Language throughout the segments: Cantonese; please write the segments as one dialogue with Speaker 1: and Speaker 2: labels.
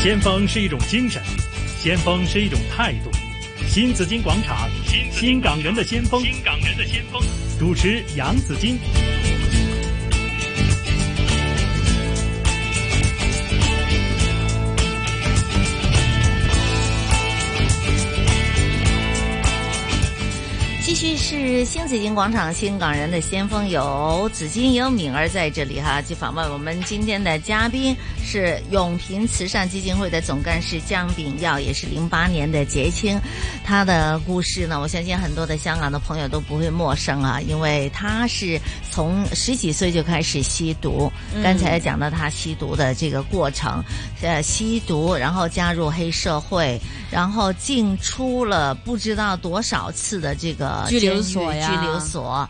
Speaker 1: 先锋是一种精神，先锋是一种态度。新紫金广场，新港人的先锋，
Speaker 2: 新港人的先锋。
Speaker 1: 主持杨紫金。
Speaker 3: 继续是新紫金广场新港人的先锋，有紫金也有敏儿在这里哈。去访问我们今天的嘉宾是永平慈善基金会的总干事江炳耀，也是零八年的结清。他的故事呢，我相信很多的香港的啊朋友都不会陌生啊，因为他是从十几岁就开始吸毒。
Speaker 4: 嗯
Speaker 3: 刚才讲到他吸毒的这个过程，呃，吸毒，然后加入黑社会，然后进出了不知道多少次的这个
Speaker 4: 拘留
Speaker 3: 监狱
Speaker 4: 所呀
Speaker 3: 拘留所。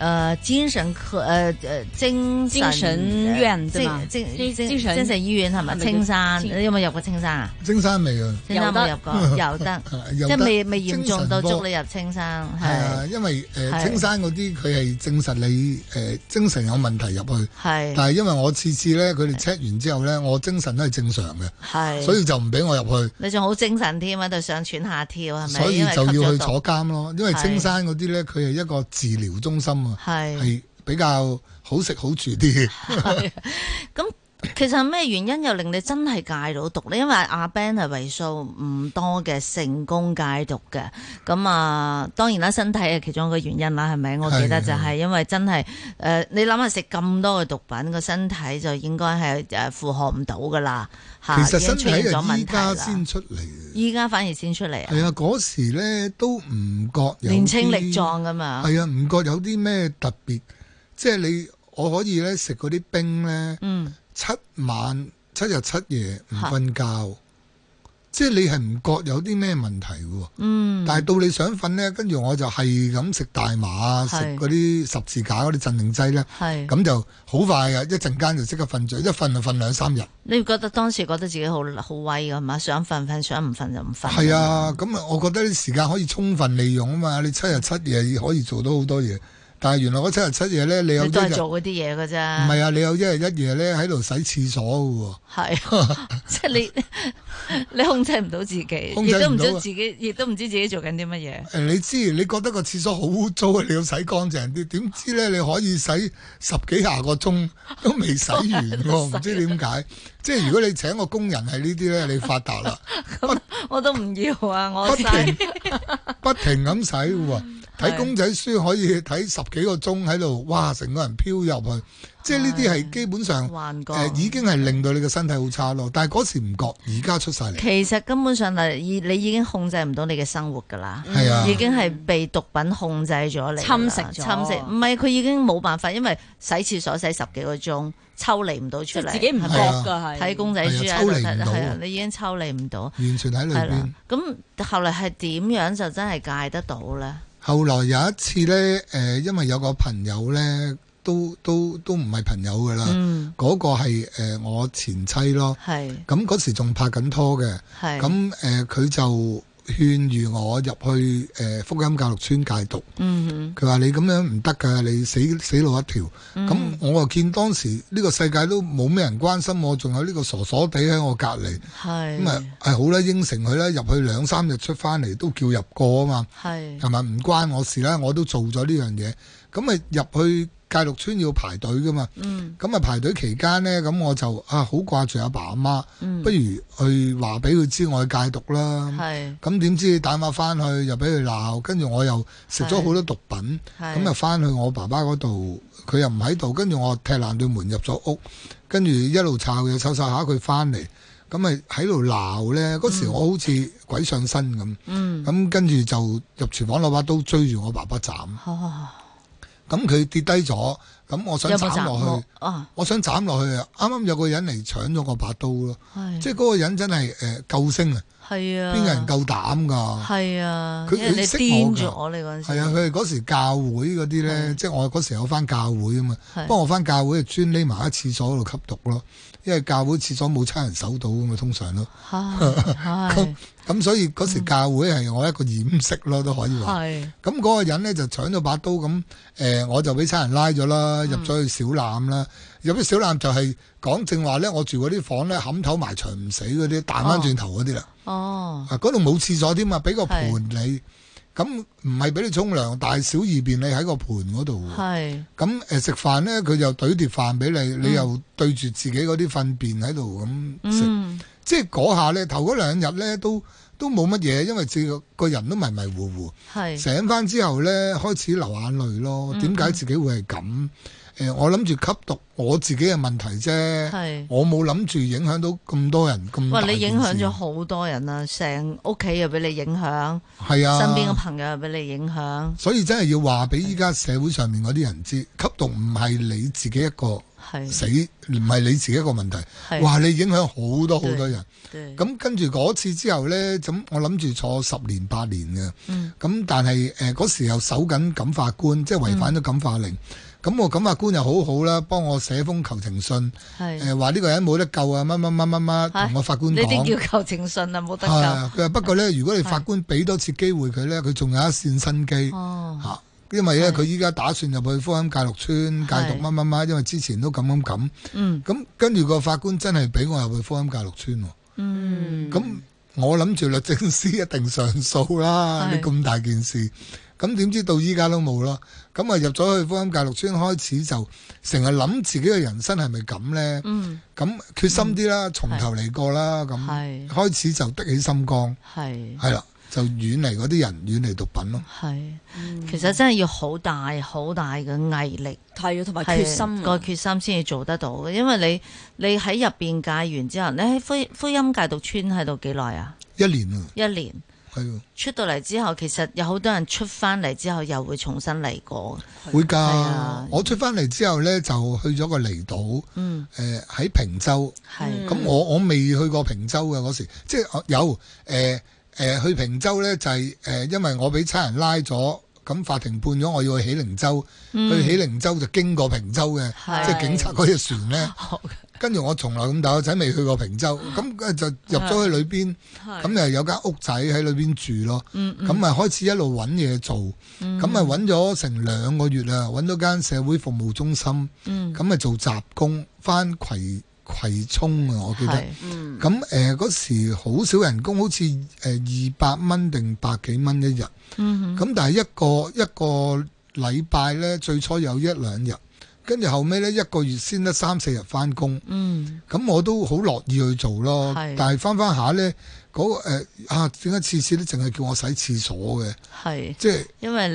Speaker 3: 呃，精神科，呃呃，精神
Speaker 4: 精神院對嘛
Speaker 3: 精精
Speaker 4: 精
Speaker 3: 精
Speaker 4: 精神
Speaker 3: 精神醫院係咪？
Speaker 4: 係咪叫
Speaker 3: 青山，
Speaker 4: 精
Speaker 3: 你有冇入過青山啊？
Speaker 5: 青山未啊？
Speaker 3: 青山
Speaker 4: 有
Speaker 3: 冇
Speaker 4: 得
Speaker 3: 入 過，哦有得，即
Speaker 5: 有
Speaker 3: 係
Speaker 5: 得
Speaker 3: 未未嚴
Speaker 5: 精
Speaker 3: 重
Speaker 5: 神
Speaker 3: 到
Speaker 5: 科
Speaker 3: 捉你入青山，
Speaker 5: 係啊，
Speaker 3: 係
Speaker 5: 因為誒、
Speaker 3: 係
Speaker 5: 青山嗰啲佢係證實你誒、呃精神有問題入去，
Speaker 3: 係
Speaker 5: 但係因為我次次咧佢哋 check 完之後咧，我精神都係正常嘅，
Speaker 3: 係，
Speaker 5: 所以就唔俾我入去，
Speaker 3: 你仲好精神添喺度上蹿下跳係咪？
Speaker 5: 所以
Speaker 3: 因為
Speaker 5: 就
Speaker 3: 吸咗
Speaker 5: 要去
Speaker 3: 毒
Speaker 5: 坐監咯。因為
Speaker 3: 係
Speaker 5: 青山嗰啲咧，佢係一個治療中心啊，
Speaker 3: 係。
Speaker 5: 係比較好食好住啲嘅。
Speaker 3: 咁其實係咩原因又令你真係戒到毒呢？因為阿 Ben 係為數唔多嘅成功戒毒嘅，咁啊當然啦，身體係其中一個原因啦，係咪？我記得就係因為真係誒、呃你諗下食咁多嘅毒品，個身體就應該係誒負荷唔到噶啦嚇，
Speaker 5: 其實
Speaker 3: 已經
Speaker 5: 身
Speaker 3: 出
Speaker 5: 體
Speaker 3: 現咗
Speaker 5: 係
Speaker 3: 問
Speaker 5: 依
Speaker 3: 題
Speaker 5: 家
Speaker 3: 啦
Speaker 5: 先。出嚟嘅，
Speaker 3: 依家反而先出嚟啊，
Speaker 5: 係啊，嗰時咧都唔覺有
Speaker 3: 年青力
Speaker 5: 啲
Speaker 3: 壯咁嘛，
Speaker 5: 係啊，唔覺有啲咩特別，即係你我可以咧食嗰啲冰咧，
Speaker 3: 嗯，
Speaker 5: 七晚七日七夜唔瞓覺，即係你係唔覺有啲咩問題喎。
Speaker 3: 嗯，
Speaker 5: 但係到你想瞓咧，跟住我就係咁食大麻啊，食
Speaker 3: 係
Speaker 5: 嗰啲十字架嗰啲鎮定劑咧，
Speaker 3: 係。
Speaker 5: 咁就好快啊！一陣間就即刻瞓着，一瞓就瞓兩三日。
Speaker 3: 你覺得當時覺得自己好好威噶嘛？想瞓瞓，想唔瞓就唔瞓。
Speaker 5: 係
Speaker 3: 嗯
Speaker 5: 啊，咁啊，我覺得啲時間可以充分利用啊嘛，你七日七夜可以做到好多嘢。但係原來嗰七日七夜咧，你有
Speaker 3: 你都
Speaker 5: 啲
Speaker 3: 係
Speaker 5: 日
Speaker 3: 做嗰啲嘢噶
Speaker 5: 唔
Speaker 3: 咋。
Speaker 5: 係啊，你有一日一夜咧喺度洗廁所嘅
Speaker 3: 係， 即係你你控制唔到自己，
Speaker 5: 控
Speaker 3: 亦
Speaker 5: 制
Speaker 3: 都唔
Speaker 5: 唔
Speaker 3: 知
Speaker 5: 到啊
Speaker 3: 自己，亦都唔知自己做緊啲乜嘢。
Speaker 5: 喎。誒，你知你覺得個廁所好污糟啊，你要洗乾淨啲。點知咧，你可以洗十幾廿個鐘都未洗完 喎，唔知點解。即係如果你請個工人係呢啲咧，你發達 啦，
Speaker 3: 我都唔要啊！我
Speaker 5: 不
Speaker 3: 洗
Speaker 5: 停不停咁洗喎。
Speaker 3: 係
Speaker 5: 睇公仔書可以睇十幾個鐘喺度，哇！成個人飄入去，即係呢啲係基本上
Speaker 3: 幻覺。
Speaker 5: 誒已經係令到你嘅身體好差咯。但係嗰時唔覺，而家出晒嚟。
Speaker 3: 其實根本上係已你已經控制唔到你嘅生活㗎啦，
Speaker 5: 係啊
Speaker 3: 已經係被毒品控制咗你㗎啦，
Speaker 4: 侵蝕咗
Speaker 3: 侵蝕。唔係佢已經冇辦法，因為洗廁所洗十幾個鐘，抽離唔到出
Speaker 4: 即
Speaker 3: 嚟，
Speaker 4: 係自己唔覺
Speaker 3: 係咪
Speaker 4: 㗎係。
Speaker 3: 睇公仔書
Speaker 5: 係
Speaker 3: 啊
Speaker 5: 啊抽離唔到
Speaker 3: 係啊，你已經抽離唔到，
Speaker 5: 完全喺裏
Speaker 3: 係
Speaker 5: 邊
Speaker 3: 啦。。咁後嚟係點樣就真係戒得到咧？
Speaker 5: 後來有一次呢，誒、呃因為有個朋友呢，都都都唔係朋友噶啦，
Speaker 3: 嗯，
Speaker 5: 嗰、個係、呃、我前妻咯。
Speaker 3: 係。
Speaker 5: 咁嗰時仲拍緊拖嘅，
Speaker 3: 係
Speaker 5: 咁誒佢就勸喻我入去誒、呃福音教育村戒毒。
Speaker 3: 嗯
Speaker 5: 佢話你咁樣唔得㗎，你死死路一條。咁、我又見當時呢個世界都冇咩人關心我，仲有呢個傻傻地喺我隔離。
Speaker 3: 哼，
Speaker 5: 咁啊
Speaker 3: 係
Speaker 5: 係好啦，應承佢啦，入去兩三日出翻嚟都叫入過啊嘛。
Speaker 3: 係
Speaker 5: 係咪唔關我事啦？我都做咗呢樣嘢，咁咪入去戒毒村要排隊噶嘛。
Speaker 3: 嗯
Speaker 5: 咁啊排隊期間呢，咁我就啊好掛住阿爸阿媽，
Speaker 3: 嗯
Speaker 5: 不如去話俾佢知我去戒毒啦。
Speaker 3: 係
Speaker 5: 咁點知打電話翻去又俾佢鬧，跟住我又食咗
Speaker 3: 係
Speaker 5: 好多毒品，
Speaker 3: 係
Speaker 5: 咁啊翻去我爸爸嗰度，佢又唔喺度，跟住我踢爛對門入咗屋，跟住一路摷嘢摷摷下佢翻嚟，咁咪喺度鬧呢。嗰時我好似鬼上身咁。
Speaker 3: 嗯
Speaker 5: 咁跟住就入廚房攞把刀追住我爸爸斬，
Speaker 3: 哦，
Speaker 5: 咁佢跌低咗，咁我想
Speaker 3: 有冇
Speaker 5: 斬落
Speaker 3: 集
Speaker 5: 去，
Speaker 3: 啊？
Speaker 5: 我想斬落去啊！啱啱有個人嚟搶咗我把刀咯，
Speaker 3: 係
Speaker 5: 即係嗰個人真係誒、呃救星啊！
Speaker 3: 係嗯啊，
Speaker 5: 邊有人夠膽㗎？
Speaker 3: 係啊，
Speaker 5: 佢
Speaker 3: 因為你
Speaker 5: 佢識
Speaker 3: 癲
Speaker 5: 我㗎
Speaker 3: 咗我你嗰陣時，
Speaker 5: 係啊，佢哋嗰時教會嗰啲呢，即係我嗰時有翻教會啊嘛，
Speaker 3: 係
Speaker 5: 不過我翻教會就專匿埋喺廁所度吸毒咯，因為教會廁所冇差人守到啊咁嘛，通常咯，
Speaker 3: 係係
Speaker 5: 啊咁所以嗰時教會係我一個掩飾咯，都可以
Speaker 3: 嗯
Speaker 5: 話。
Speaker 3: 係
Speaker 5: 咁
Speaker 3: 嗯
Speaker 5: 嗰個人咧就搶咗把刀咁，誒、我就俾差人拉咗啦，入咗去小欖啦。有啲小欖就係講正話咧，我住嗰啲房咧冚頭埋牆唔死嗰啲，彈翻轉頭嗰啲啦。
Speaker 3: 哦，
Speaker 5: 啊，嗰度冇廁所添啊嘛，俾個盤
Speaker 3: 係
Speaker 5: 你，咁唔係俾你沖涼，大小二便你喺個盤嗰度喎。
Speaker 3: 係嗯
Speaker 5: 咁誒食飯咧，佢又懟碟飯俾你，你又對住自己嗰啲糞便喺度咁食，
Speaker 3: 嗯
Speaker 5: 即係嗰下咧，頭嗰兩日咧都都冇乜嘢，因為自己個人都迷迷糊糊，
Speaker 3: 係嗯
Speaker 5: 醒翻之後咧開始流眼淚咯。點解自己會係咁？誒、我諗住吸毒，我自己嘅問題啫，
Speaker 3: 係。
Speaker 5: 我冇諗住影響到咁多人咁
Speaker 3: 哇！
Speaker 5: 大
Speaker 3: 你
Speaker 5: 件
Speaker 3: 影響
Speaker 5: 事
Speaker 3: 咗好多人啊，成屋企又俾你影響，
Speaker 5: 係啊，
Speaker 3: 身邊嘅朋友又俾你影響，
Speaker 5: 所以真係要話俾依家社會上面嗰啲人知，吸毒唔係你自己一個死，
Speaker 3: 係
Speaker 5: 唔係你自己一個問題。
Speaker 3: 係
Speaker 5: 哇！你影響好多好多人。
Speaker 3: 對
Speaker 5: 咁跟住嗰次之後呢，咁我諗住坐十年八年嘅。
Speaker 3: 嗯
Speaker 5: 咁但係誒嗰時又守緊感化官，即係違
Speaker 3: 嗯
Speaker 5: 反咗感化令。咁、我感化官又好好啦，幫我寫封求情信，
Speaker 3: 係
Speaker 5: 誒話呢個人冇得救啊，乜乜乜乜乜，
Speaker 3: 係
Speaker 5: 同我法官
Speaker 3: 呢
Speaker 5: 講。
Speaker 3: 啲叫求情信啊，冇得救。
Speaker 5: 啊佢話不 過呢，如果你法官俾多次機會佢呢，佢仲有一線生機。
Speaker 3: 哦，
Speaker 5: 嚇、因為咧
Speaker 3: 係
Speaker 5: 佢依家打算入去福音戒毒村戒毒
Speaker 3: 係
Speaker 5: 乜乜乜，因為之前都咁咁咁，
Speaker 3: 嗯
Speaker 5: 咁跟住個法官真係俾我入去福音戒毒村喎，
Speaker 3: 嗯，
Speaker 5: 咁、我諗住律政司一定上訴啦，
Speaker 3: 係
Speaker 5: 你咁大件事，咁點知到依家都冇咯，咁啊入咗去福音戒毒村開始就成日諗自己嘅人生係咪咁呢？
Speaker 3: 嗯
Speaker 5: 咁決心啲啦，從頭嚟過啦，
Speaker 2: 嗯
Speaker 5: 咁
Speaker 3: 係嗯
Speaker 5: 開始就的起心肝，
Speaker 3: 係。
Speaker 5: 係啦，就遠離嗰啲人，遠離毒品咯。
Speaker 3: 係，
Speaker 2: 嗯
Speaker 3: 其實真係要好大好大嘅毅力，
Speaker 2: 係啊，同埋決
Speaker 3: 係
Speaker 2: 心
Speaker 3: 個
Speaker 2: 啊，
Speaker 3: 決心先至做得到嘅。因為你你喺入邊戒完之後，你喺灰灰音戒毒村喺度幾耐啊？
Speaker 5: 一年啊，
Speaker 3: 一年。
Speaker 5: 係啊
Speaker 3: 出到嚟之後，其實有好多人出翻嚟之後又會重新嚟過。
Speaker 5: 會㗎，
Speaker 3: 啊
Speaker 5: 我出翻嚟之後呢，就去咗個離島，誒、
Speaker 3: 嗯，
Speaker 5: 喺平洲。
Speaker 3: 係
Speaker 2: 嗯
Speaker 5: 咁、我我未去過平洲嘅嗰時，即係我有誒誒、呃去平洲呢，就係、呃因為我俾差人拉咗，咁法庭判咗我要去喜靈洲，去喜靈洲就經過平洲嘅，
Speaker 3: 嗯係
Speaker 5: 即係警察嗰隻船呢。
Speaker 3: 好
Speaker 5: 跟住我從來咁大個仔未去過平洲，咁呃就入咗去裏邊，咁就有間屋仔喺裏邊住咯。咁咪開始一路揾嘢做，咁咪揾咗成兩個月啦，揾咗間社會服務中心，咁咪做雜工，翻葵葵涌啊，我記得
Speaker 3: 係。
Speaker 2: 嗯，
Speaker 5: 咁誒嗰時好少人工，好似誒二百蚊定百幾蚊一日。
Speaker 3: 嗯
Speaker 5: 咁但係一個一個禮拜呢，最初有一兩日，跟住後尾呢，一個月先得三四日翻工。
Speaker 3: 嗯
Speaker 5: 咁我都好樂意去做咯，
Speaker 3: 係
Speaker 5: 但係翻翻下呢，嗰、個、呃、啊點解次次都淨係叫我洗廁所嘅？
Speaker 3: 係，
Speaker 5: 即係
Speaker 3: 因為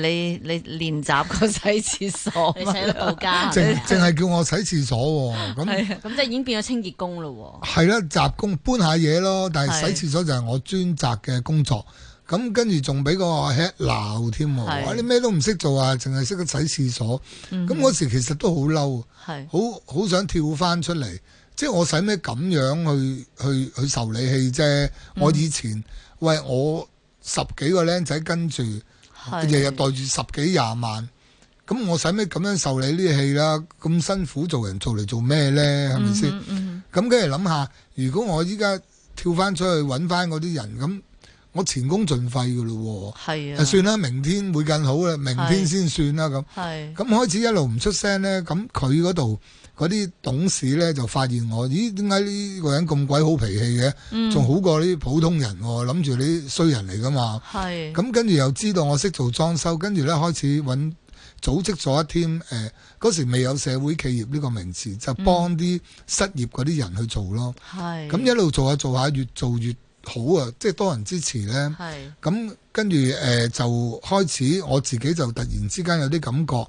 Speaker 3: 你你練習個洗廁所啊
Speaker 2: 你
Speaker 3: 嘛
Speaker 2: 寫得到家，
Speaker 3: 啊
Speaker 5: 淨淨係叫我洗廁所喎，咁
Speaker 3: 係啊
Speaker 2: 咁即係已經變咗清潔工咯
Speaker 5: 係啦，雜工搬下嘢咯，但係
Speaker 3: 係
Speaker 5: 洗廁所就係我專責嘅工作。咁跟住仲俾個 head 鬧添喎，
Speaker 3: 係
Speaker 5: 話你咩都唔識做啊，淨係識得洗廁所。咁嗰、時其實都好嬲，啊
Speaker 3: 係
Speaker 5: 好好想跳翻出嚟，即係我使咩咁樣去去去受你氣啫？我以前
Speaker 3: 嗯
Speaker 5: 喂我十幾個僆仔跟住，
Speaker 3: 係
Speaker 5: 日日袋住十幾廿萬，咁我使咩咁樣受你呢啲氣啦？咁辛苦做人做嚟做咩呢？係咪
Speaker 3: 嗯
Speaker 5: 先？咁跟住諗下，如果我依家跳翻出去揾翻嗰啲人，咁我前功盡廢噶咯
Speaker 3: 係
Speaker 5: 喎。
Speaker 3: 啊，
Speaker 5: 誒算啦，明天會更好啦，明
Speaker 3: 係
Speaker 5: 天先算啦咁。
Speaker 3: 係
Speaker 5: 咁開始一路唔出聲呢，咁佢嗰度嗰啲董事呢，就發現我，咦點解呢個人咁鬼好脾氣
Speaker 3: 嗯
Speaker 5: 嘅，仲好過啲普通人喎，諗住你啲衰人嚟噶嘛。
Speaker 3: 係
Speaker 5: 咁跟住又知道我識做裝修，跟住呢開始揾組織咗一 team 誒、嗰時未有社會企業呢個名詞，就幫啲失業嗰啲人去做咯。
Speaker 3: 嗯係
Speaker 5: 咁一路做下做下，越做越好啊！即係多人支持呢。
Speaker 3: 係
Speaker 5: 咁跟住誒、呃就開始我自己就突然之間有啲感覺，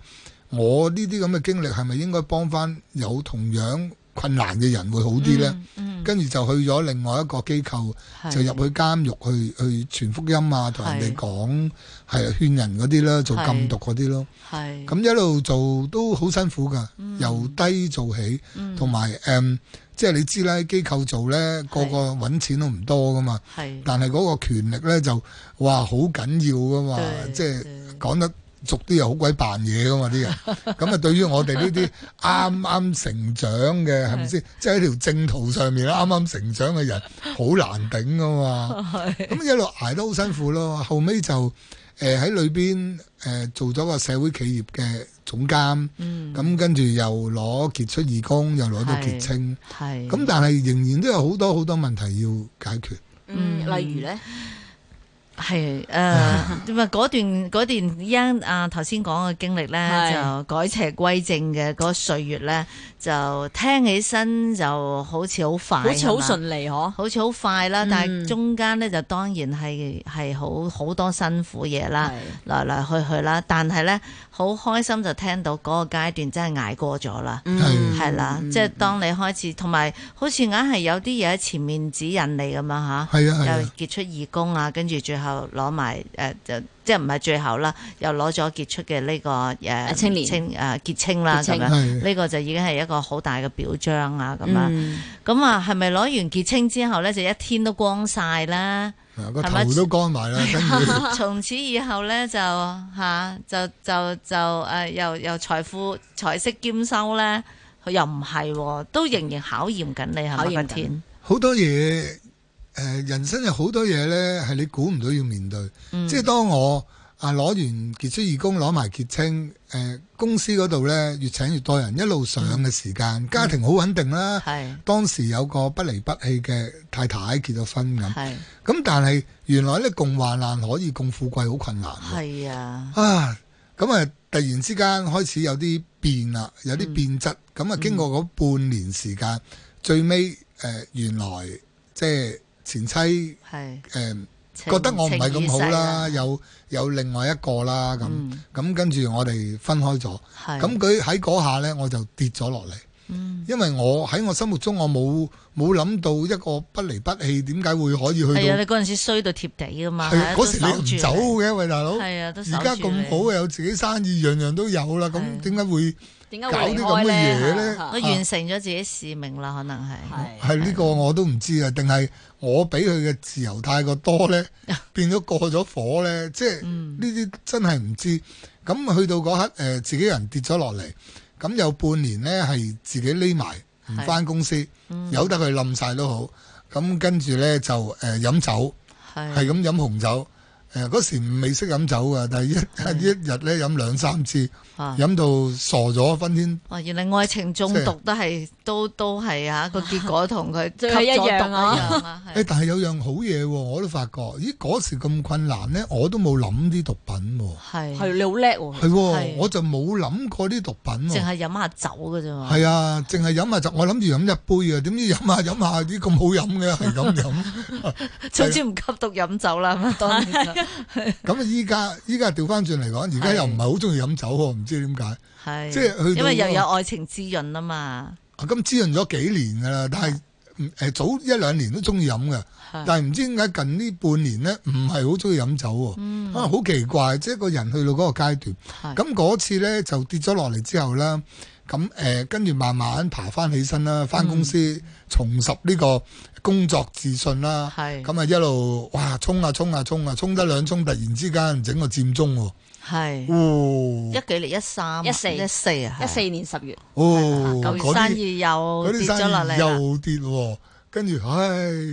Speaker 5: 我呢啲咁嘅經歷係咪應該幫翻有同樣困難嘅人會好啲呢？
Speaker 3: 嗯
Speaker 5: 跟住就去咗另外一個機構，
Speaker 3: 係
Speaker 5: 就入去監獄去去傳福音啊，同人哋
Speaker 3: 係
Speaker 5: 講係啊勸人嗰啲啦，做禁毒嗰啲咯。
Speaker 3: 係
Speaker 5: 咁一路做都好辛苦㗎，
Speaker 3: 嗯
Speaker 5: 由低做起，同埋誒，即係你知啦，喺機構做呢，個
Speaker 3: 係
Speaker 5: 個揾錢都唔多㗎嘛。
Speaker 3: 係
Speaker 5: 但係嗰個權力咧就哇好緊要噶嘛，
Speaker 3: 對
Speaker 5: 即係
Speaker 3: 對
Speaker 5: 講得俗啲又好鬼扮嘢噶嘛啲人。 咁啊，對於我哋呢啲啱啱成長嘅係咪先？即係喺條正途上面啦，啱啱成長嘅人好難頂 噶嘛。咁一路捱得好辛苦咯，後尾就誒喺裏邊誒做咗個社會企業嘅總監，咁、
Speaker 3: 嗯，
Speaker 5: 跟住又攞傑出義工，又攞到
Speaker 3: 係
Speaker 5: 傑青，
Speaker 3: 係
Speaker 5: 咁但係仍然都有好多好多問題要解決。
Speaker 2: 嗯，例如咧，
Speaker 3: 係誒，咁啊嗰段嗰段依家啊頭先講嘅經歷咧，
Speaker 2: 係
Speaker 3: 就改邪歸正嘅嗰歲月咧，就聽起身就好似好快，
Speaker 2: 好似好
Speaker 3: 係嘛
Speaker 2: 順利嗬，
Speaker 3: 好似好快啦，
Speaker 2: 嗯
Speaker 3: 但係中間咧就當然係係好好多辛苦嘢啦，
Speaker 2: 係
Speaker 3: 來來去去啦。但係咧好開心就聽到嗰個階段真係捱過咗啦，
Speaker 2: 嗯
Speaker 5: 係
Speaker 3: 係啦，即係當你開始同埋好似硬係有啲嘢喺前面指引你咁樣吓，
Speaker 5: 係啊係
Speaker 3: 又
Speaker 5: 啊，
Speaker 3: 傑出義工啊，跟住最後攞埋誒就即係唔係最後啦，又攞咗傑出嘅呢、個誒、
Speaker 2: 誒啊青年
Speaker 3: 青誒傑青啦
Speaker 2: 傑
Speaker 3: 咁
Speaker 2: 青
Speaker 3: 樣，
Speaker 5: 係
Speaker 3: 呢個就已經係一個好大嘅表彰啊咁樣。
Speaker 2: 嗯
Speaker 3: 咁啊，係咪攞完結清之後咧，就一天都光晒啦？
Speaker 5: 嗱個
Speaker 3: 係咪
Speaker 5: 頭都乾 埋啦，跟住。
Speaker 2: 啊
Speaker 3: 從此以後咧就吓、就就就誒、呃又又財富財色兼收咧，佢又唔係喎，都仍然考驗緊你係
Speaker 2: 考驗緊
Speaker 3: 咪個天？
Speaker 5: 好多嘢，誒、人生有好多嘢咧，係你估唔到要面對。
Speaker 3: 嗯
Speaker 5: 即係當我啊攞完傑出義工，攞埋傑青，誒、公司嗰度咧越請越多人，一路上嘅時間，家庭好穩定啦。
Speaker 3: 嗯係
Speaker 5: 當時有個不離不棄嘅太太結咗婚咁，
Speaker 3: 係
Speaker 5: 咁但係原來咧共患難可以共富貴好困難喎
Speaker 3: 係啊，
Speaker 5: 啊！咁啊，突然之間開始有啲變啦，有
Speaker 3: 嗯
Speaker 5: 啲變質。咁啊、經過嗰半年時間，最尾誒、呃原來即係前妻誒、
Speaker 3: 係
Speaker 5: 呃、
Speaker 3: 情
Speaker 5: 覺得我唔係咁好啦，
Speaker 3: 情已逝
Speaker 5: 有有另外一個啦咁。咁、
Speaker 3: 嗯
Speaker 5: 跟住我哋分開咗。
Speaker 3: 係
Speaker 5: 咁佢喺嗰下呢，我就跌咗落嚟。
Speaker 3: 嗯
Speaker 5: 因為我喺我心目中，我冇冇諗到一個不離不棄，點解會可以去
Speaker 3: 係啊，
Speaker 5: 到
Speaker 3: 你嗰陣時衰到貼地噶嘛，係
Speaker 5: 係
Speaker 3: 啊
Speaker 5: 嗰時
Speaker 3: 都守
Speaker 5: 你
Speaker 3: 住
Speaker 5: 唔走嘅，喂大佬。
Speaker 3: 係啊，都守
Speaker 5: 而家
Speaker 3: 住你
Speaker 5: 咁好，有自己生意，樣樣都有啦，
Speaker 3: 係
Speaker 5: 咁點解會
Speaker 2: 點解會
Speaker 5: 搞啲
Speaker 2: 離
Speaker 5: 咁嘅
Speaker 2: 開
Speaker 5: 嘢
Speaker 2: 咧
Speaker 5: 呢？
Speaker 2: 嚇
Speaker 3: 我完成咗自己使命啦，可能係。
Speaker 2: 係
Speaker 5: 係呢個我都唔知啊？定係我俾佢嘅自由太過多 呢？變咗過咗火呢？即係呢啲真係唔知。咁去到嗰刻，誒、自己人跌咗落嚟，咁有半年呢係自己匿埋唔
Speaker 3: 係
Speaker 5: 翻公司，由得佢冧晒都好。咁跟住呢，就誒、飲酒。係
Speaker 3: 係
Speaker 5: 咁飲紅酒。誒、嗰時未識飲酒㗎，但係一一日咧飲兩三次，
Speaker 3: 啊
Speaker 5: 飲到傻咗，昏天
Speaker 3: 哦，原來愛情中毒都係都都係啊個結果 同佢
Speaker 2: 最後一
Speaker 3: 吸咗毒
Speaker 2: 樣啊
Speaker 3: 一樣啊，
Speaker 5: 誒、
Speaker 3: 係
Speaker 5: 哎但係有樣好嘢喎，我都發覺，咦嗰時咁困難呢，我都冇諗啲毒品喎，
Speaker 2: 係
Speaker 3: 係
Speaker 2: 你好叻喎，
Speaker 5: 係喎，
Speaker 3: 係
Speaker 5: 我就冇諗過啲毒品
Speaker 3: 淨
Speaker 5: 喎，
Speaker 3: 係飲下酒嘅啫嘛，
Speaker 5: 係啊，淨係飲下就，我諗住飲一杯啊，點知飲下飲下啲咁好飲嘅，係咁飲，
Speaker 3: 總之唔吸毒飲酒啦，咁當然啦
Speaker 5: 咁啊依家依家調翻轉嚟講，而家又唔係好中意飲酒喎，唔知點解，啊
Speaker 3: 係
Speaker 5: 即係去到
Speaker 3: 因為又有愛情滋潤啊嘛，
Speaker 5: 咁滋潤咗幾年㗎啦，但係嗯誒早一兩年都中意飲㗎。
Speaker 3: 係
Speaker 5: 但係唔知點解近呢半年呢，唔係好中意飲酒喎、啊好奇怪，即係個人去到嗰個階段。
Speaker 3: 嗯係
Speaker 5: 咁嗰次呢，就跌咗落嚟之後啦，咁誒跟住慢慢爬翻起身啦，翻公司、
Speaker 3: 嗯
Speaker 5: 重拾呢個工作自信啦。
Speaker 3: 係
Speaker 5: 咁啊一路哇衝啊衝啊衝啊，衝得兩衝，突然之間整個佔中喎、
Speaker 3: 係
Speaker 5: 哦
Speaker 3: 一幾年一三
Speaker 2: 一四
Speaker 3: 一四啊，
Speaker 2: 一四年十月
Speaker 5: 哦
Speaker 3: 舊
Speaker 5: 嗰
Speaker 3: 生
Speaker 5: 啲。
Speaker 3: 意又
Speaker 5: 嗰
Speaker 3: 跌
Speaker 5: 啲
Speaker 3: 咗落嚟啦，
Speaker 5: 生意又跌喎，跟住唉，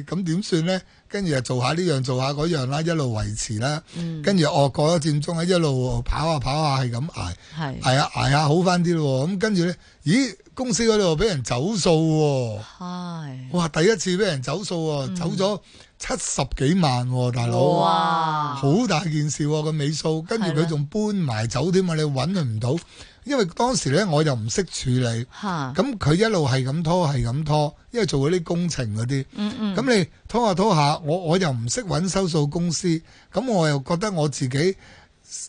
Speaker 5: 咁點算呢？跟住又做下呢樣做下嗰樣啦，一路維持啦。
Speaker 3: 嗯
Speaker 5: 跟住哦過咗佔中啊，一路跑下跑下係咁捱，
Speaker 3: 係
Speaker 5: 捱下捱下好翻啲咯喎。咁跟住呢，咦公司嗰度俾人走數喎，
Speaker 3: 係
Speaker 5: 哇！第一次俾人走數喎，走咗七十幾萬喎，大佬。
Speaker 3: 嗯哇
Speaker 5: 好大件事喎、個尾數，跟住
Speaker 3: 係啦
Speaker 5: 佢仲搬埋走添啊！你揾佢唔到，因為當時呢，我又唔識處理，
Speaker 3: 嚇
Speaker 5: 咁佢一路係咁拖，係咁拖，因為做嗰啲工程嗰啲。
Speaker 3: 嗯嗯
Speaker 5: 咁你拖下拖下，我我又唔識揾收數公司，咁我又覺得我自己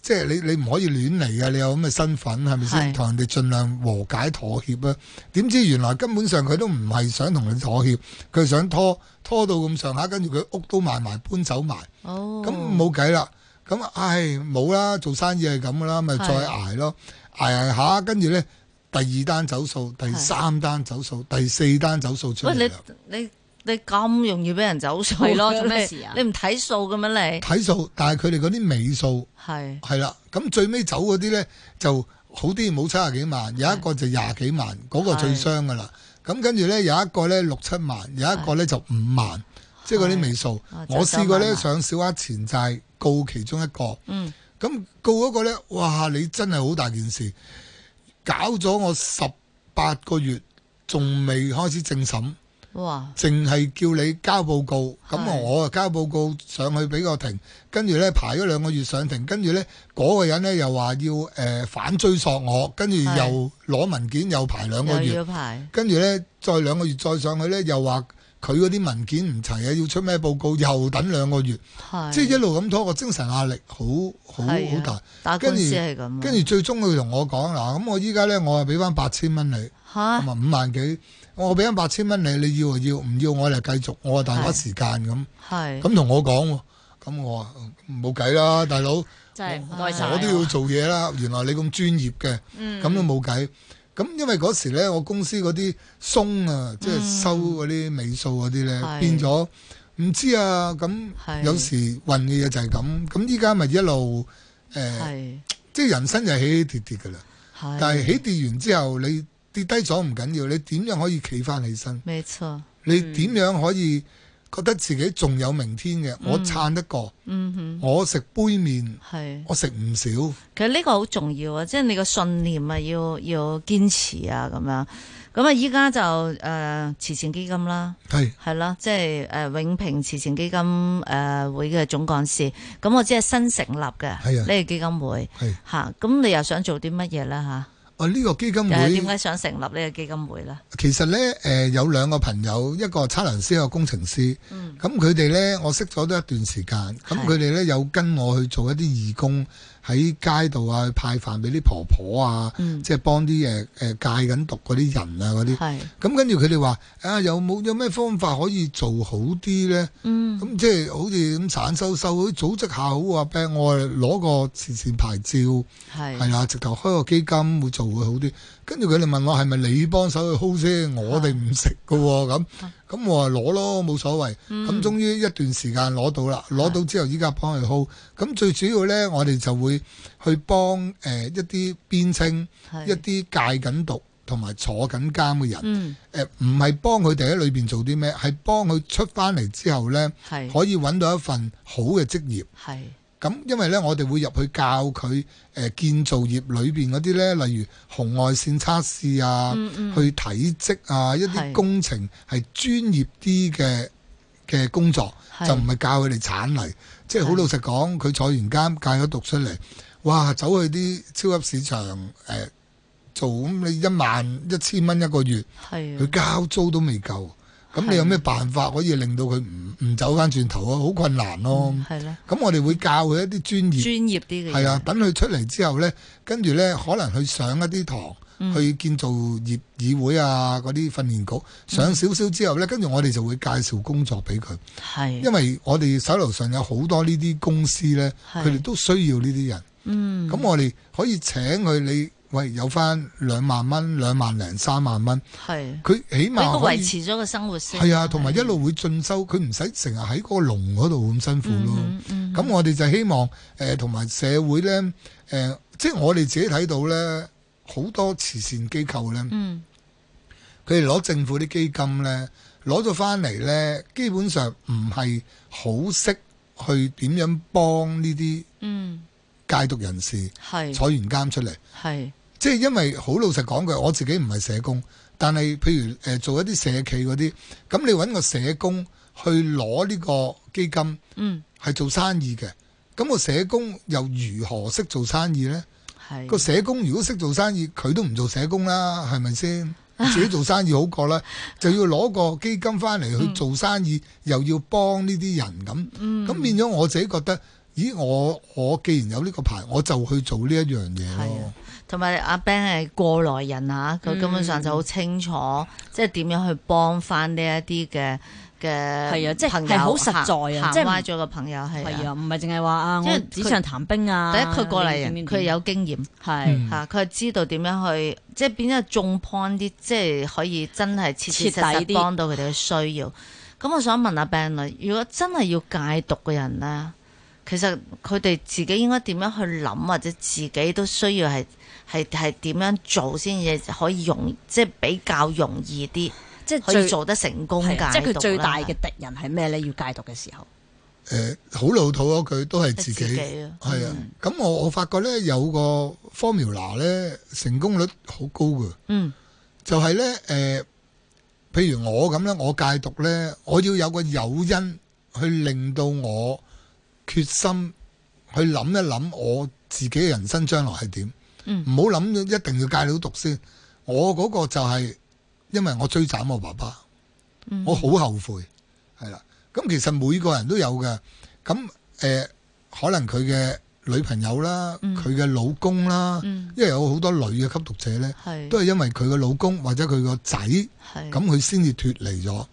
Speaker 5: 即係你你唔可以亂嚟嘅，你有咁嘅身份係咪
Speaker 3: 係
Speaker 5: 先？同人哋盡量和解妥協啊。點知原來根本上佢都唔係想同你妥協，佢想拖拖到咁上下，跟住佢屋都賣埋搬走埋，
Speaker 3: 哦
Speaker 5: 咁冇計啦。咁唉冇啦，做生意係咁噶啦，咪
Speaker 3: 係
Speaker 5: 再捱咯，捱捱下，跟住呢，第二單走數，第三單走數，第四單走數出
Speaker 3: 喂
Speaker 5: 嚟啊啦。
Speaker 3: 你你你咁容易俾人走數
Speaker 2: 係咯
Speaker 3: 嘅
Speaker 2: 做咩
Speaker 3: 你
Speaker 2: 事啊
Speaker 3: 你唔睇數嘅咩你？
Speaker 5: 睇數，但係佢哋嗰啲尾數
Speaker 3: 係
Speaker 5: 係啦，咁最尾走嗰啲呢，就好啲，冇七十幾萬，有一個就廿幾萬，嗰、個最傷噶啦。咁跟住呢，有一個呢六七萬，有一個呢就五萬，即係嗰啲尾數
Speaker 3: 哦。就
Speaker 5: 我試過
Speaker 3: 走
Speaker 5: 呢，
Speaker 3: 慢
Speaker 5: 上小額錢債告其中一個，
Speaker 3: 嗯
Speaker 5: 咁告嗰個呢，哇！你真係好大件事，搞咗我十八個月，仲未開始正審，
Speaker 3: 哇，
Speaker 5: 淨係叫你交報告。咁
Speaker 3: 係
Speaker 5: 我啊交報告上去俾個庭，跟住呢排咗兩個月上庭，跟住呢嗰個人呢又話要誒、呃反追索我，跟住
Speaker 3: 係
Speaker 5: 又攞文件又排兩個
Speaker 3: 又
Speaker 5: 月。
Speaker 3: 要排，
Speaker 5: 跟住呢，再兩個月再上去呢，又話佢嗰啲文件唔齊啊，要出咩報告，又等兩個月，
Speaker 3: 係
Speaker 5: 即係一路咁拖，個精神壓力好好
Speaker 3: 係
Speaker 5: 好
Speaker 3: 啊
Speaker 5: 大。
Speaker 3: 打
Speaker 5: 跟
Speaker 3: 官
Speaker 5: 住
Speaker 3: 司係咁啊，
Speaker 5: 跟住最終佢同我講嗱，咁我依家呢，我啊係俾翻八千蚊你，
Speaker 3: 吓
Speaker 5: 咁啊五萬幾，我俾翻八千蚊你，你要就要，唔要我就繼續，我啊大把
Speaker 3: 係
Speaker 5: 時間咁，
Speaker 3: 係
Speaker 5: 咁同我講喎，咁我話嗯冇計啦，大佬。
Speaker 2: 真係唔該晒。
Speaker 3: 啊
Speaker 5: 我都要做嘢啦。原來你咁專業嘅，
Speaker 3: 嗯
Speaker 5: 咁都冇計。咁因為嗰時咧，我公司嗰啲鬆啊，即係收嗰啲尾數嗰啲咧，
Speaker 3: 嗯係
Speaker 5: 變咗唔知啊。咁
Speaker 3: 係
Speaker 5: 有時運嘅嘢就係咁。咁依家咪一路誒，呃
Speaker 3: 係
Speaker 5: 即係人生就係起起跌跌㗎啦。
Speaker 3: 係，
Speaker 5: 但係起跌完之後，你跌低咗唔緊要，你點樣可以企翻起身？
Speaker 3: 沒錯，
Speaker 5: 你點樣可以覺得自己仲有明天嘅？我撐得過，
Speaker 3: 嗯哼，
Speaker 5: 我食杯麵，
Speaker 3: 係。
Speaker 5: 我食唔少。
Speaker 3: 其實呢個好重要啊，即係你個信念啊，要要堅持啊，咁樣。咁啊，依家就誒、呃慈善基金啦，
Speaker 5: 係。
Speaker 3: 係啦，即係誒、呃永平慈善基金誒、呃、會嘅總幹事。咁我只係新成立嘅
Speaker 5: 係
Speaker 3: 呢
Speaker 5: 啊
Speaker 3: 個基金會
Speaker 5: 係
Speaker 3: 嚇。咁你又想做啲乜嘢啦
Speaker 5: 哦，呢、個基金
Speaker 3: 嚇？誒點
Speaker 5: 會
Speaker 3: 解想成立呢個基金會咧？
Speaker 5: 其實呢，誒、有兩個朋友，一個測量師，一個工程師。咁佢哋呢，我識咗都一段時間。咁
Speaker 3: 嗯係
Speaker 5: 佢哋呢，有跟我去做一啲義工喺街度啊，去派飯俾啲婆婆啊，
Speaker 3: 嗯
Speaker 5: 即係幫啲誒誒戒緊毒嗰啲人啊嗰啲。
Speaker 3: 係
Speaker 5: 咁跟住佢哋話啊，有冇有咩方法可以做好啲呢？
Speaker 3: 嗯
Speaker 5: 咁即係好似咁散收收，好似組織下好啊，病我攞個慈善牌照。係
Speaker 3: 係
Speaker 5: 啦，直頭開個基金會做會好啲。跟住佢哋問我係咪你幫手去 hold 先，我哋唔食㗎喎咁。
Speaker 3: 啊
Speaker 5: 咁我話攞咯，冇所謂。
Speaker 3: 嗯
Speaker 5: 咁終於一段時間攞到啦，攞到之後依家幫佢 hold。咁最主要呢，我哋就會去幫誒、呃一啲邊青、
Speaker 3: 係
Speaker 5: 一啲戒緊毒同埋坐緊監嘅人。
Speaker 3: 嗯
Speaker 5: 誒唔係幫佢哋喺裏邊做啲咩，係幫佢出翻嚟之後呢，
Speaker 3: 係
Speaker 5: 可以揾到一份好嘅職業。
Speaker 3: 係
Speaker 5: 咁因為咧，我哋會入去教佢誒、呃建造業裏邊嗰啲咧，例如紅外線測試啊，去體積啊，一
Speaker 3: 嗯係
Speaker 5: 啲工程係專業啲嘅嘅工作，
Speaker 3: 係
Speaker 5: 就唔係教佢哋鏟泥。即係好老實講，佢坐完監戒咗毒出嚟，哇！走去啲超級市場誒、呃做咁，你一萬一千蚊一個月，
Speaker 3: 係啊
Speaker 5: 佢交租都未夠。咁你有咩辦法可以令到佢唔唔走翻轉頭啊？好困難咯。
Speaker 3: 係咧，
Speaker 5: 咁我哋會教佢一啲專
Speaker 3: 嗯專
Speaker 5: 業，
Speaker 3: 業啲嘅嘢
Speaker 5: 係啊，等佢出嚟之後呢，跟住呢，可能去上一啲堂，
Speaker 3: 嗯
Speaker 5: 去建造業議會啊嗰啲訓練局，上少少之後呢，跟住我哋就會介紹工作俾佢，
Speaker 3: 係
Speaker 5: 因為我哋手頭上有好多呢啲公司呢，
Speaker 3: 係
Speaker 5: 佢哋都需要呢啲人，
Speaker 3: 嗯
Speaker 5: 咁我哋可以請佢你。喂，有翻兩萬蚊、兩萬零三萬蚊，
Speaker 3: 係
Speaker 5: 佢起
Speaker 3: 俾佢
Speaker 5: 碼啊可以
Speaker 3: 維持咗個生活先
Speaker 5: 係啊，同埋一路會進修，佢唔使成日喺嗰個籠嗰度咁辛苦咯。
Speaker 3: 嗯嗯
Speaker 5: 咁我哋就希望誒同埋社會咧誒、呃即係我哋自己睇到咧，好多慈善機構咧，
Speaker 3: 嗯。
Speaker 5: 佢哋攞政府啲基金咧，攞咗翻嚟咧，基本上唔係好識去點樣幫呢啲
Speaker 3: 嗯，
Speaker 5: 戒毒人士
Speaker 3: 係
Speaker 5: 坐完監出嚟。
Speaker 3: 係
Speaker 5: 即係因為好老實講句，我自己唔係社工，但係譬如誒、呃做一啲社企嗰啲，咁你揾個社工去攞呢個基金，
Speaker 3: 嗯
Speaker 5: 係做生意嘅。咁個社工又如何識做生意呢？
Speaker 3: 係
Speaker 5: 個社工如果識做生意，佢都唔做社工啦，係 咪先？自己做生意好過啦，就要攞個基金翻嚟
Speaker 3: 嗯
Speaker 5: 去做生意，又要幫呢啲人咁，咁、變咗我自己覺得，咦，我我既然有呢個牌，我就去做呢一樣嘢
Speaker 3: 係啊
Speaker 5: 咯。
Speaker 3: 同埋阿 Ben 係過來人啊，
Speaker 4: 嗯
Speaker 3: 佢根本上就好清楚，即係點樣去幫翻呢一啲嘅嘅
Speaker 4: 係啊即係
Speaker 3: 朋友
Speaker 4: 係好實在啊
Speaker 3: 行
Speaker 4: 即係
Speaker 3: 行歪咗個朋友係
Speaker 4: 係
Speaker 3: 啊。
Speaker 4: 啊，唔係淨係話啊，
Speaker 3: 因為
Speaker 4: 我紙上談兵啊。
Speaker 3: 第一佢過嚟
Speaker 4: 點
Speaker 3: 人，
Speaker 4: 點
Speaker 3: 佢
Speaker 4: 點
Speaker 3: 有經驗
Speaker 4: 係
Speaker 5: 嗯
Speaker 3: 嚇，佢係知道點樣去，即係變咗中 point 啲，即係可以真係切切實
Speaker 4: 徹
Speaker 3: 實
Speaker 4: 底啲
Speaker 3: 幫到佢哋嘅需要。咁我想問阿 Ben 啦，如果真係要戒毒嘅人咧，其實佢哋自己應該點樣去諗，或者自己都需要係係係點樣做先至可以容，即係比較容易啲，
Speaker 4: 即係
Speaker 3: 可以
Speaker 4: 最
Speaker 3: 做得成功
Speaker 4: 係
Speaker 3: 戒
Speaker 4: 啊
Speaker 3: 毒
Speaker 4: 即係佢最
Speaker 3: 啦
Speaker 4: 大嘅敵人係咩咧？要戒毒嘅時候，
Speaker 5: 誒好老土嗰句都係自己，
Speaker 3: 係自己
Speaker 5: 係
Speaker 3: 啊
Speaker 5: 啊。咁我我發覺咧有個 formula 咧成功率好高嘅，
Speaker 4: 嗯，
Speaker 5: 就係咧誒，譬如我咁咧，我戒毒咧，我要有個誘因去令到我決心去諗一諗我自己嘅人生將來係點，唔好諗咗一定要戒到毒先。我嗰個就係因為我追斬我爸爸，我好後悔，係啦。咁其實每個人都有嘅，咁誒、呃可能佢嘅女朋友啦，佢嘅、老公啦，因為有好多女嘅吸毒者呢，
Speaker 3: 係
Speaker 5: 都係因為佢嘅老公或者佢個仔，咁
Speaker 3: 係嗯
Speaker 5: 佢先至脱離咗。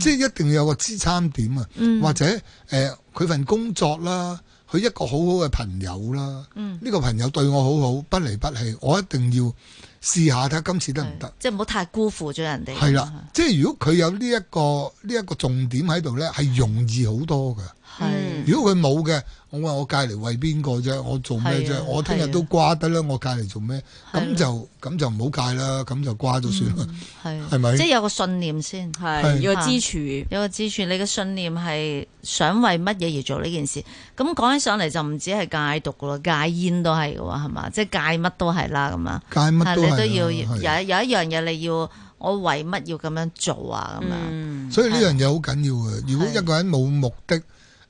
Speaker 5: 即係一定要有個支撐點啊，或者誒佢、份工作啦，佢一個好好嘅朋友啦，呢、
Speaker 3: 嗯
Speaker 5: 個朋友對我好好，不離不棄，我一定要試下睇下今次得唔得。
Speaker 3: 即係唔好太辜負咗人哋。
Speaker 5: 係啦，即係如果佢有呢、一個呢一、個重點喺度呢，係容易好多嘅。
Speaker 3: 嗯，
Speaker 5: 如果佢冇嘅，我話我戒嚟為邊個啫？我做咩
Speaker 3: 係
Speaker 5: 啫
Speaker 3: 啊？
Speaker 5: 我聽日都瓜得啦，我戒嚟做咩？咁就咁就唔好戒啦，咁就瓜咗算
Speaker 3: 嗯
Speaker 5: 啦，
Speaker 3: 係
Speaker 5: 係咪
Speaker 3: 即係有個信念先。
Speaker 4: 係要有支柱，
Speaker 3: 有個支柱，你嘅信念係想為乜嘢而做呢件事？咁講起上嚟就唔止係戒毒噶咯，戒煙都係嘅喎，係嘛？即係戒乜都係啦，咁啊，
Speaker 5: 戒乜
Speaker 3: 係
Speaker 5: 都
Speaker 3: 你
Speaker 5: 係啦
Speaker 3: 都要有有一
Speaker 5: 係
Speaker 3: 樣嘢你要，我為乜要咁樣做啊？咁樣
Speaker 4: 嗯，
Speaker 5: 所以呢樣嘢好緊要
Speaker 3: 啊
Speaker 5: 嘅。如果一個人冇目的，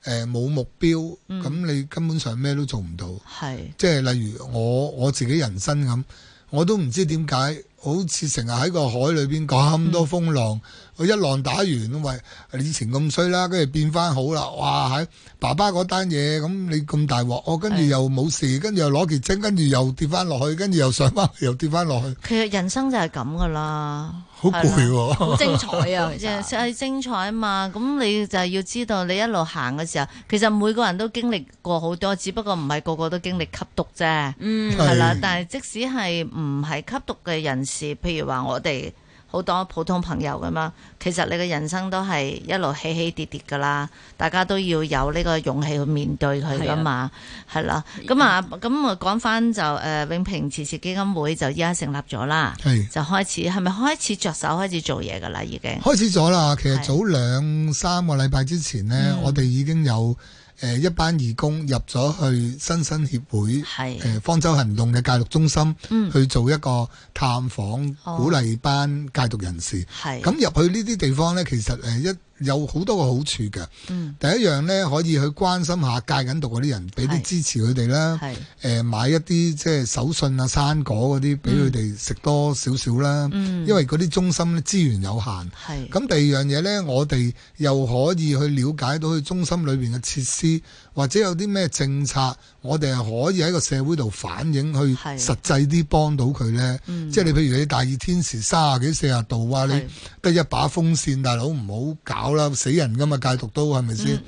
Speaker 5: 誒冇目標，
Speaker 3: 嗯
Speaker 5: 咁你根本上咩都做唔到。
Speaker 3: 係
Speaker 5: 即係例如我我自己人生咁，我都唔知點解，好似成日喺個海裏邊咁多風
Speaker 3: 嗯
Speaker 5: 浪，我一浪打完，喂，以前咁衰啦，跟住變翻好啦，哇！喺爸爸嗰單嘢咁，你咁大鑊，哦我跟住
Speaker 3: 係
Speaker 5: 又冇事，跟住又攞結晶，跟住又跌翻落去，跟住又上翻， 又跌翻落去，
Speaker 3: 其實人生就係咁噶啦，
Speaker 5: 好攰
Speaker 3: 係啦。
Speaker 5: 喎。
Speaker 4: 好精彩啊！其
Speaker 3: 即
Speaker 4: 實
Speaker 3: 係精彩啊嘛！咁你就係要知道，你一路行嘅時候，其實每個人都經歷過好多，只不過唔係個個都經歷吸毒啫。
Speaker 4: 嗯
Speaker 5: 係
Speaker 3: 係啦，但係即使係唔係吸毒嘅人士，譬如話我哋好多普通朋友咁樣，其實你嘅人生都係一路起起跌跌噶啦，大家都要有呢個勇氣去面對佢噶嘛，係啦。咁啊，咁啊講翻就誒、呃永平慈善基金會就依家成立咗啦，
Speaker 5: 係
Speaker 3: 就開始係咪開始着手開始做嘢噶啦已經？
Speaker 5: 開始咗啦，其實
Speaker 3: 係嗯
Speaker 5: 早兩三個禮拜之前呢，我哋已經有誒一班義工入咗去新生協會。
Speaker 3: 係嗯
Speaker 5: 誒方舟行動嘅戒毒中心、去做一個探訪，
Speaker 3: 哦
Speaker 5: 鼓勵班戒毒人士。
Speaker 3: 係
Speaker 5: 咁入去呢啲地方呢，其實誒一有好多個好處嘅。
Speaker 3: 嗯
Speaker 5: 第一樣呢，可以去關心下戒緊毒嗰啲人，俾啲
Speaker 3: 係
Speaker 5: 支持佢哋啦。
Speaker 3: 係
Speaker 5: 誒買一啲即係手信啊、生果嗰啲，俾佢
Speaker 3: 嗯
Speaker 5: 哋食多少少啦。因為嗰啲中心咧資源有限。
Speaker 3: 係
Speaker 5: 咁第二樣嘢呢，我哋又可以去了解到佢中心裏邊嘅設施，或者有啲咩政策，我哋係可以喺個社會度反映，去
Speaker 3: 係嗯
Speaker 5: 實際啲幫到佢呢。即係你譬如你大熱天時三十幾四十度啊，你
Speaker 3: 係
Speaker 5: 得一把風扇，大佬唔好搞啦，死人噶嘛，戒毒都係咪
Speaker 3: 嗯
Speaker 5: 先？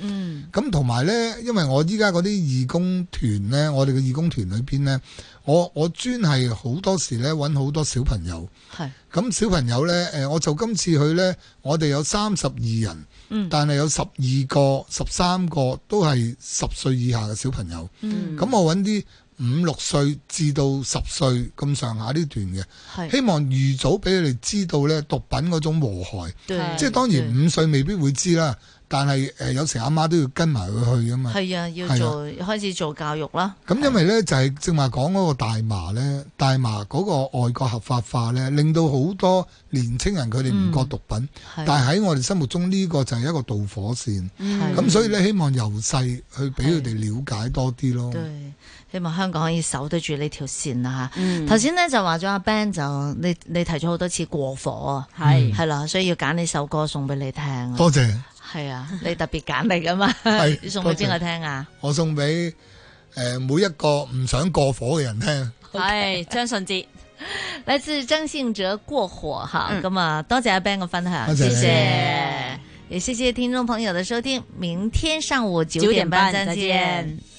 Speaker 5: 咁同埋呢，因為我依家嗰啲義工團呢，我哋嘅義工團裏邊呢，我我專係好多時呢揾好多小朋友。
Speaker 3: 係
Speaker 5: 咁小朋友呢，誒，我就今次去呢，我哋有三十二人，但係有十二個、十三個都係十歲以下嘅小朋友。咁、
Speaker 3: 嗯
Speaker 4: 嗯
Speaker 5: 我揾啲五六歲至到十歲咁上下呢段嘅，
Speaker 3: 係
Speaker 5: 希望預早俾佢哋知道呢毒品嗰種禍害。
Speaker 3: 對
Speaker 5: 即係當然
Speaker 3: 對
Speaker 5: 五歲未必會知啦，但係誒、呃有時阿媽都要跟埋佢去啊嘛。
Speaker 3: 係啊，要
Speaker 5: 係啊
Speaker 3: 做開始做教育啦，
Speaker 5: 咁因為咧就係正話講嗰個大麻咧，大麻嗰個外國合法化咧，令到好多年青人佢哋唔覺毒品，
Speaker 3: 係
Speaker 5: 但係喺我哋心目中呢個就係一個導火線。
Speaker 3: 係
Speaker 5: 咁所以咧，希望由細去俾佢哋了解多啲咯。
Speaker 3: 對，希望香港可以守得住呢條線啦嚇。
Speaker 4: 嗯
Speaker 3: 頭先咧就話咗阿 Ben 就你你提咗好多次過火啊，
Speaker 4: 係
Speaker 3: 係啦，所以要揀呢首歌送俾你聽啊。
Speaker 5: 多謝，
Speaker 3: 係啊，你特別揀嚟噶嘛？
Speaker 5: 係
Speaker 3: 你送俾邊個
Speaker 5: 多謝
Speaker 3: 聽啊？
Speaker 5: 我送俾誒、呃每一個唔想過火嘅人聽。
Speaker 4: 係張信哲。 嗯
Speaker 3: 來自張信哲《過火》哈，咁啊、多謝阿 Ben 嘅分享，
Speaker 5: 多謝你
Speaker 3: 謝謝，也謝謝聽眾朋友的收聽，明天上午九
Speaker 4: 九
Speaker 3: 點
Speaker 4: 點
Speaker 3: 半
Speaker 4: 半
Speaker 3: 再
Speaker 4: 再
Speaker 3: 見
Speaker 4: 見。